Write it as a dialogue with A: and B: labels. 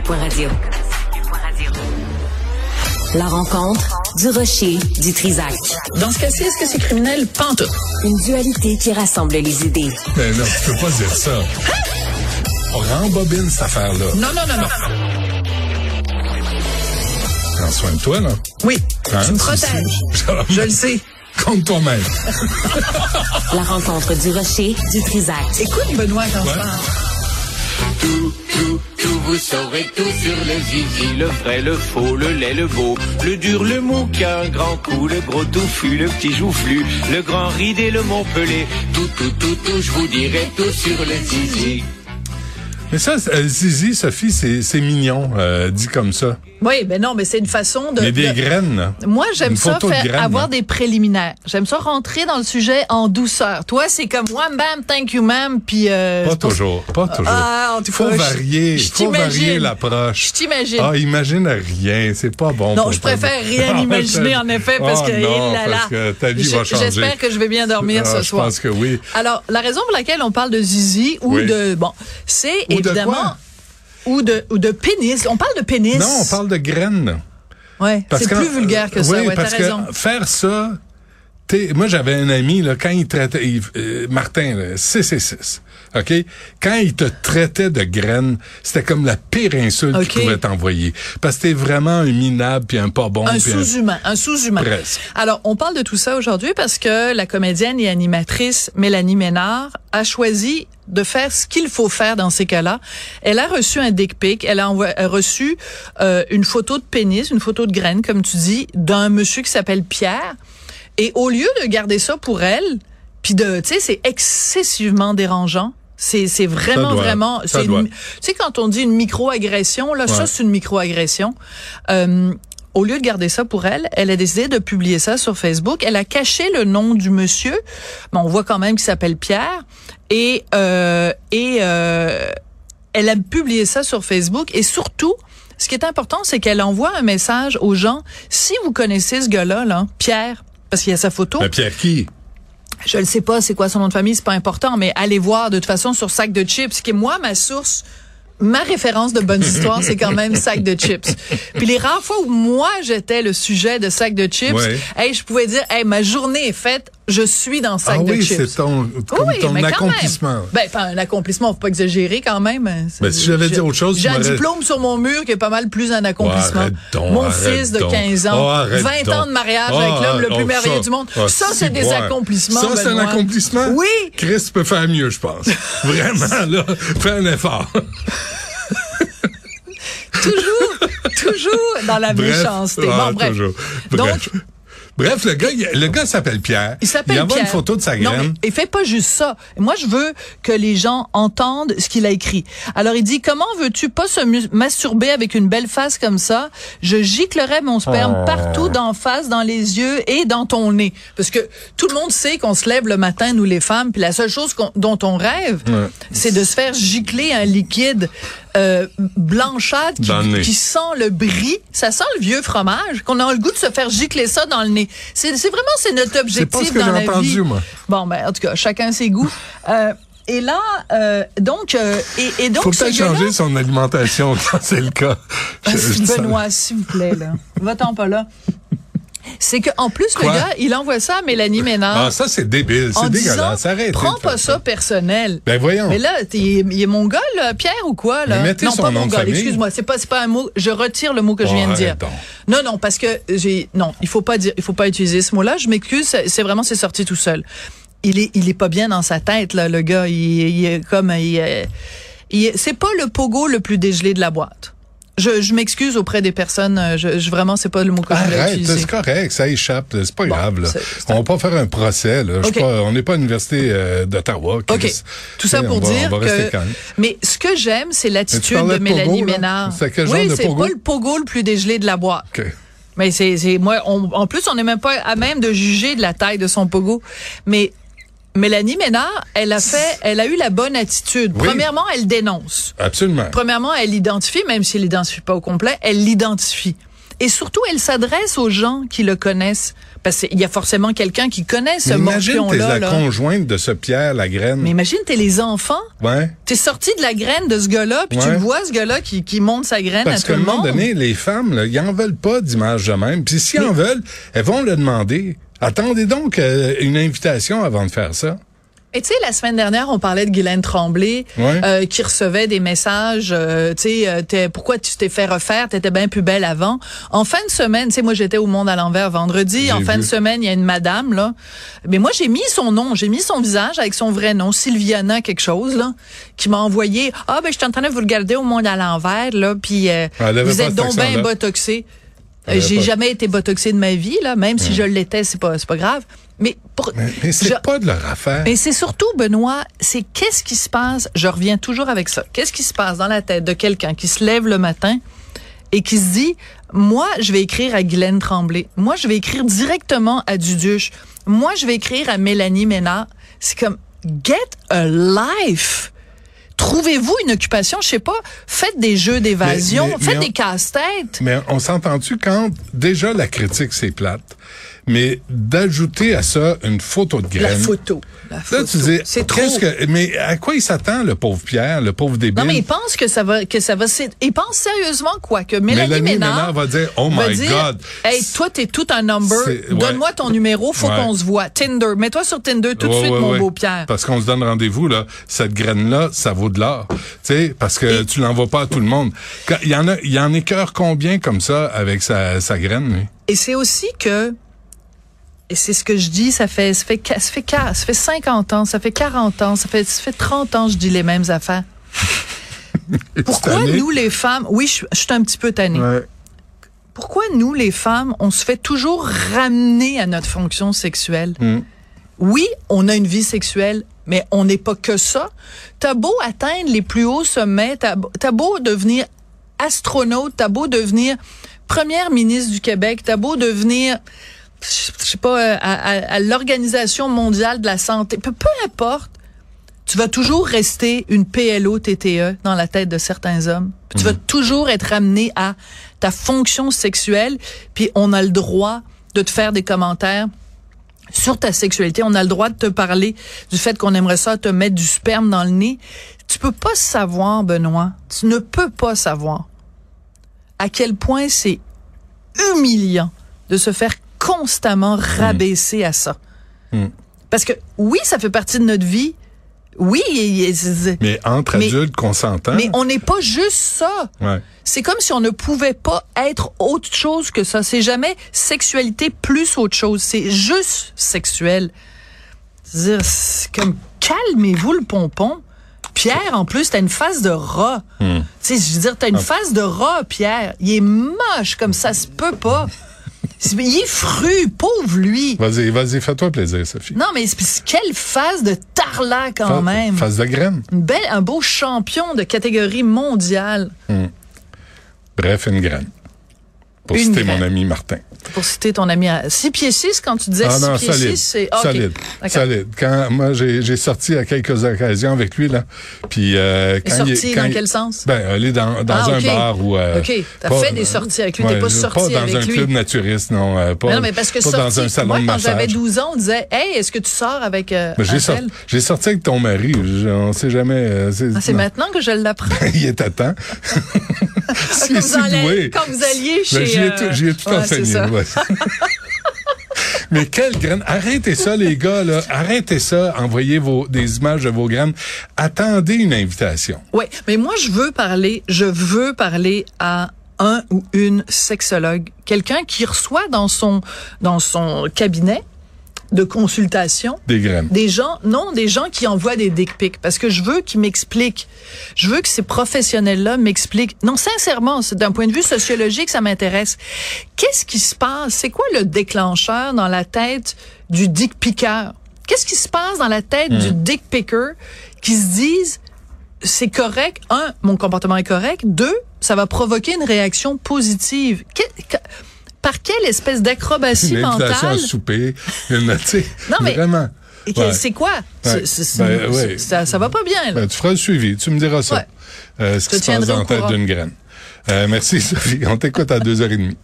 A: cube.radio. La rencontre du rocher du Trisac.
B: Dans ce cas-ci, est-ce que c'est criminel? Pantoute.
A: Une dualité qui rassemble les idées.
C: Mais non, Ben tu peux pas dire ça.
D: Hein?
C: On rembobine cette affaire-là.
B: Non, non, non, non.
C: Prends soin de toi, là.
B: Oui,
C: Hein,
B: tu me
C: tu
B: protèges.
C: sais.
B: Je le sais.
C: Compte toi-même.
A: La rencontre du rocher du Trisac.
B: Écoute, Benoît, quand je
C: Ouais.
B: parle.
E: tout, tout, tout, vous saurez tout sur le zizi, le vrai, le faux, le laid, le beau, le dur, le mou, qu'un grand coup, le gros touffu, le petit joufflu, le grand ridé, le montpelé, tout, tout, tout, tout, je vous dirai tout sur le zizi.
C: Mais ça, c'est- euh, Zizi, Sophie, c'est c'est mignon, euh, dit comme ça.
D: Oui, mais non, mais c'est une façon de.
C: Mais des
D: de-
C: graines, là.
D: Moi, j'aime
C: Une
D: ça
C: photo de
D: faire
C: graines,
D: avoir
C: hein.
D: des préliminaires. J'aime ça rentrer dans le sujet en douceur. Toi, c'est comme wham bam, thank you ma'am, puis euh,
C: Pas
D: c'est pour-
C: toujours, pas toujours.
D: Ah, en tout
C: faut
D: cas, je-
C: varier,
D: je
C: faut varier
D: t'imagine.
C: l'approche.
D: Je t'imagine.
C: Ah, imagine rien, c'est pas bon.
D: Non,
C: pour
D: je
C: toi.
D: préfère rien
C: Ah,
D: imaginer
C: ça-
D: en effet parce
C: Ah,
D: que
C: non,
D: hé là là.
C: parce que ta vie
D: Je-
C: va changer.
D: J'espère que je vais bien dormir
C: Ah,
D: ce
C: je
D: soir.
C: pense que oui.
D: Alors, la raison pour laquelle on parle de zizi ou
C: Oui.
D: de bon, c'est
C: Ou de
D: évidemment
C: quoi?
D: ou de ou de pénis. On parle de pénis.
C: Non, on parle de graines.
D: Ouais,
C: Parce
D: c'est
C: que-
D: plus vulgaire que
C: oui,
D: ça. Ouais, t'as
C: parce que
D: raison.
C: faire ça, t'es- moi j'avais un ami là quand il traitait il- euh, Martin là, 6 et 6. OK Quand il te traitait de graine, c'était comme la pire insulte
D: OK.
C: qu'il pouvait t'envoyer parce que t'es vraiment un minable puis un pas bon
D: Un
C: puis un-
D: sous-humain, un sous-humain.
C: Presque.
D: Alors, on parle de tout ça aujourd'hui parce que la comédienne et animatrice Mélanie Ménard a choisi de faire ce qu'il faut faire dans ces cas-là. Elle a reçu un dick pic, elle a envo- a reçu euh, une photo de pénis, une photo de graine, comme tu dis, d'un monsieur qui s'appelle Pierre. Et au lieu de garder ça pour elle, puis de, tu sais, c'est excessivement dérangeant. C'est c'est vraiment
C: Ça doit,
D: vraiment.
C: ça
D: c'est une-
C: doit.
D: Tu sais quand on dit une microagression, là,
C: Ouais.
D: ça c'est une microagression. Euh, au lieu de garder ça pour elle, elle a décidé de publier ça sur Facebook. Elle a caché le nom du monsieur, mais on voit quand même qu'il s'appelle Pierre. Et euh, et euh, elle a publié ça sur Facebook et surtout, ce qui est important, c'est qu'elle envoie un message aux gens. Si vous connaissez ce gars-là, là, Pierre, parce qu'il y a sa photo.
C: Mais Pierre qui
D: Je ne sais pas c'est quoi son nom de famille, c'est pas important, mais allez voir de toute façon sur Sac de Chips, qui est moi ma source. Ma référence de bonnes histoires, c'est quand même sac de chips. Puis les rares fois où moi j'étais le sujet de sac de chips,
C: Ouais.
D: hey, je pouvais dire, hey, ma journée est faite, je suis dans sac
C: Ah
D: de
C: oui, c'est
D: chips.
C: ton comme ton
D: mais quand
C: accomplissement.
D: Même. Ben, pas un accomplissement, faut pas exagérer quand même.
C: Ben, si j'avais
D: J'ai-
C: dit autre chose, tu
D: j'ai un
C: m'aurais-
D: diplôme sur mon mur qui est pas mal plus un accomplissement.
C: arrête donc,
D: mon
C: arrête
D: fils de
C: donc.
D: 15 ans,
C: Oh, arrête
D: 20 ans
C: donc.
D: de mariage
C: Ah,
D: avec l'homme le
C: ah,
D: plus
C: oh,
D: merveillé
C: ça.
D: du monde.
C: Ah,
D: ça, c'est
C: si,
D: des
C: ouais.
D: accomplissements.
C: Ça, c'est un
D: Benoît.
C: accomplissement?
D: Oui.
C: Chris peut faire mieux, je pense. Vraiment, là. Fais un effort.
D: toujours, toujours dans la
C: Bref.
D: méchanceté. Bon,
C: Ah,
D: bref.
C: toujours.
D: Donc,
C: Bref. Bref, le gars, il- le gars s'appelle Pierre.
D: il s'appelle
C: Il envoie
D: Pierre.
C: une photo de sa
D: Non,
C: graine.
D: mais- et fait pas juste ça. Moi, je veux que les gens entendent ce qu'il a écrit. Alors, il dit, comment veux-tu pas se mu- masturber avec une belle face comme ça? Je giclerai mon sperme
C: Ah.
D: partout d'en face, dans les yeux et dans ton nez. Parce que tout le monde sait qu'on se lève le matin, nous les femmes, puis la seule chose qu'on- dont on rêve, c'est de se faire gicler un liquide euh, blanchâtre qui-
C: Dans le nez.
D: qui sent le bris, ça sent le vieux fromage, qu'on a le goût de se faire gicler ça dans le nez. C'est c'est vraiment c'est notre objectif
C: pas ce que
D: dans
C: j'ai
D: la
C: entendu,
D: vie.
C: moi.
D: Bon, ben en tout cas, chacun ses goûts. Euh, et là, euh, donc, euh, et, et donc,
C: Faut
D: ce
C: peut-être
D: gars-là-
C: changer son alimentation quand c'est le cas. Je- je dis ça.
D: Ah, Benoît, s'il vous plaît, là, va-t'en pas là. C'est que en plus,
C: Quoi?
D: le gars, il envoie ça à Mélanie Ménard
C: Ah, ça, c'est débile.
D: en
C: C'est
D: disant,
C: dégueulasse. Arrête.
D: prends
C: de
D: pas
C: faire
D: ça personnel.
C: Ben, voyons.
D: Mais là, t'es- il est mongol, là, Pierre, ou quoi, là?
C: Mais mettez
D: non,
C: son
D: pas
C: nom de
D: mongol,
C: famille.
D: excuse-moi, c'est pas, c'est pas un mot, je retire le mot que je
C: Bon,
D: viens de dire.
C: arrête donc.
D: Non, non, parce que j'ai, non, il faut pas dire, il faut pas utiliser ce mot-là, je m'excuse, c'est c'est vraiment, c'est sorti tout seul. Il est, il est pas bien dans sa tête, là, le gars, il, il est comme, il, est- il est- c'est pas le pogo le plus dégelé de la boîte. Je, je m'excuse auprès des personnes, euh, je, je- vraiment, c'est pas le mot que je voulais
C: Arrête,
D: utiliser.
C: c'est correct, ça échappe, là, c'est pas grave. Là.
D: c'est- c'est
C: On va pas faire un procès, là. Je suis
D: Ok.
C: pas- on n'est pas à l'université euh, d'Ottawa. Chris.
D: OK. Tout ça
C: Tu sais,
D: pour
C: on va-
D: dire
C: on va rester
D: que.
C: calme.
D: Mais ce que j'aime, c'est
C: tu
D: l'attitude
C: parlais
D: de
C: de pogo,
D: Mélanie
C: là?
D: Ménard.
C: C'est quel genre
D: oui,
C: de
D: c'est
C: pogo?
D: pas le pogo le plus dégelé de la boîte.
C: OK.
D: Mais c'est, c'est moi. on- en plus, on n'est même pas à même de juger de la taille de son pogo. Mais Mélanie Ménard, elle a fait, elle a eu la bonne attitude.
C: Oui.
D: Premièrement, elle dénonce.
C: Absolument.
D: Premièrement, elle l'identifie, même si elle l'identifie pas au complet, elle l'identifie. Et surtout, elle s'adresse aux gens qui le connaissent. Parce qu'il y a forcément quelqu'un qui connaît ce
C: Mais imagine, t'es
D: morpion-là.
C: la
D: là.
C: conjointe de ce Pierre Lagraine.
D: Mais imagine, t'es les enfants.
C: Ouais.
D: T'es sorti de la graine de ce gars-là, puis tu
C: Ouais.
D: le vois ce gars-là qui, qui monte sa graine
C: Parce
D: à tout
C: qu'à un
D: le
C: moment
D: monde.
C: donné, les femmes, là, ils en veulent pas d'image de même. Puis s'ils en veulent, elles vont le demander. Attendez donc euh, une invitation avant de faire ça.
D: Et tu sais, la semaine dernière, on parlait de Guylaine Tremblay,
C: Ouais.
D: euh, qui recevait des messages, euh, tu sais, euh, t'es- pourquoi tu t'es fait refaire, t'étais bien plus belle avant. En fin de semaine, tu sais, moi j'étais au Monde à l'envers vendredi,
C: J'ai
D: en fin
C: vu.
D: de semaine, il y a une madame, là. Mais moi j'ai mis son nom, j'ai mis son visage avec son vrai nom, Sylviana quelque chose, là, qui m'a envoyé, ah ben je suis en train de vous regarder au Monde à l'envers, là, puis euh,
C: Elle avait
D: vous
C: pas
D: êtes
C: cet
D: donc bien
C: accent-là.
D: botoxé.
C: Elle avait
D: J'ai
C: pas-
D: jamais été botoxé de ma vie, là, même si je l'étais, c'est pas, c'est pas grave. Mais pour,
C: Mais, mais c'est
D: je-
C: pas de leur affaire.
D: mais c'est surtout, Benoît, c'est qu'est-ce qui se passe, je reviens toujours avec ça, qu'est-ce qui se passe dans la tête de quelqu'un qui se lève le matin et qui se dit, moi, je vais écrire à Guylaine Tremblay, moi, je vais écrire directement à Duduche, moi, je vais écrire à Mélanie Ménard. C'est comme, get a life! Trouvez-vous une occupation, je sais pas, faites des jeux d'évasion,
C: Mais- mais-
D: faites
C: mais on-
D: des casse-têtes.
C: Mais on s'entend-tu quand déjà la critique c'est plate, mais d'ajouter à ça une photo de
D: La
C: graine.
D: photo. La
C: Là,
D: photo.
C: tu dis,
D: c'est trop.
C: qu'est-ce que, mais à quoi il s'attend, le pauvre Pierre, le pauvre débile?
D: Non, mais il pense que ça va, que ça va, c'est- il pense sérieusement quoi? Que Mélanie,
C: Mélanie
D: Ménard,
C: Ménard va dire, Oh my God.
D: Hey, toi, t'es tout un number.
C: C'est- ouais.
D: Donne-moi ton numéro, faut
C: Ouais.
D: qu'on se voit. Tinder. Mets-toi sur Tinder tout de
C: Ouais,
D: suite,
C: ouais,
D: mon
C: ouais.
D: beau Pierre.
C: Parce qu'on se donne rendez-vous, là. Cette graine-là, ça vaut de l'or. Tu sais, parce que tu l'envoies pas à tout le monde. Quand- Il y en a, il y en écœure combien comme ça avec sa, sa graine, lui?
D: Et c'est aussi que, et c'est ce que je dis, ça fait, ça fait, ca- ça fait, ca- ça fait 50 ans, ça fait 40 ans, ça fait, ça fait 30 ans, je dis les mêmes affaires. Pourquoi
C: Cette année,
D: nous, les femmes, oui, je, je suis un petit peu tannée.
C: Ouais.
D: Pourquoi nous, les femmes, on se fait toujours ramener à notre fonction sexuelle?
C: Hmm.
D: Oui, on a une vie sexuelle, mais on n'est pas que ça. T'as beau atteindre les plus hauts sommets, t'as beau- t'as beau devenir astronaute, t'as beau devenir première ministre du Québec, t'as beau devenir, je je sais pas, euh, à, à- à l'Organisation mondiale de la santé, peu, peu importe, tu vas toujours rester une PLO-TTE E dans la tête de certains hommes. Puis Tu vas toujours être amené à ta fonction sexuelle, puis on a le droit de te faire des commentaires sur ta sexualité. On a le droit de te parler du fait qu'on aimerait ça te mettre du sperme dans le nez. Tu peux pas savoir, Benoît. Tu ne peux pas savoir à quel point c'est humiliant de se faire constamment
C: Hmm.
D: rabaisser à ça. Parce que oui, ça fait partie de notre vie. Oui, et- et- c'est-
C: Mais entre
D: Mais-
C: adultes consentants.
D: mais on n'est pas juste ça.
C: Ouais.
D: C'est comme si on ne pouvait pas être autre chose que ça. C'est jamais sexualité plus autre chose. C'est juste sexuel. C'est-à-dire, c'est comme calmez-vous le pompon. Pierre, en plus, t'as une face de rat.
C: Hmm.
D: Tu sais, je veux dire, t'as une
C: Ah.
D: face de rat, Pierre. Il est moche comme ça, se peut pas. C'est- Il est fru, pauvre lui.
C: Vas-y, vas-y, fais-toi plaisir, Sophie.
D: Non, mais c'est- c'est- quelle face de tarlat quand
C: Fa-
D: même.
C: Face de graine.
D: Une belle, un beau champion de catégorie mondiale.
C: Bref, une graine. Pour
D: Une
C: citer
D: graine.
C: mon ami Martin.
D: pour citer ton ami à 6 pieds 6 quand tu disais 6 pieds 6, c'est Ah, OK.
C: Ah solide,
D: D'accord.
C: solide. Quand moi j'ai j'ai sorti à quelques occasions avec lui là, puis euh, quand il est-
D: sorti
C: quand
D: dans
C: il-
D: quel sens?
C: Ben aller dans, dans
D: Ah,
C: un
D: OK.
C: bar ou euh,
D: OK. T'as
C: pas-
D: fait des sorties avec lui, t'es
C: ouais,
D: pas sorti
C: dans
D: avec
C: un
D: lui.
C: club naturiste non, euh, pas,
D: Mais non, mais parce que
C: pas dans
D: sorti-
C: un salon
D: moi,
C: de
D: quand
C: massage.
D: j'avais 12 ans, on disait Hey, est-ce que tu sors avec euh,
C: Ben,
D: un
C: j'ai sorti,
D: tel?
C: j'ai sorti avec ton mari, je- on sait jamais euh, c'est
D: Ah, c'est
C: non.
D: maintenant que je l'apprends.
C: il est à temps. S'il est
D: vous
C: si
D: allez-
C: doué.
D: quand vous alliez chez,
C: Ben, j'y ai
D: euh,
C: tout, j'y ai tout
D: ouais, c'est
C: enseigné.
D: ça.
C: ouais. Mais quelle graine. Arrêtez ça, les gars, là. Arrêtez ça. Envoyez vos, des images de vos graines. Attendez une invitation.
D: Oui, mais moi je veux parler, je veux parler à un ou une sexologue, quelqu'un qui reçoit dans son dans son cabinet de consultation
C: Des graines.
D: des gens, non, des gens qui envoient des dick pics, parce que je veux qu'ils m'expliquent. Je veux que ces professionnels-là m'expliquent. Non, sincèrement, c'est d'un point de vue sociologique, ça m'intéresse. Qu'est-ce qui se passe? C'est quoi le déclencheur dans la tête du dick piqueur? Qu'est-ce qui se passe dans la tête du dick picker qui se disent c'est correct. Un, mon comportement est correct. Deux, ça va provoquer une réaction positive. Que- que- par quelle espèce d'acrobatie
C: Une invitation à
D: mentale
C: souper. Une, tu sais,
D: Non, mais-
C: Vraiment.
D: et que-
C: Ouais.
D: C'est quoi?
C: Ouais.
D: C'est- c'est-
C: Ben,
D: c'est-
C: ouais.
D: ça, ça va pas bien. là.
C: Ben, tu feras le suivi. Tu me diras ça.
D: Ouais.
C: Euh, ce
D: te
C: qui se passe
D: tiendrai
C: dans
D: au
C: la tête
D: courant.
C: d'une graine. Euh, merci, Sophie. On t'écoute à deux heures et demie.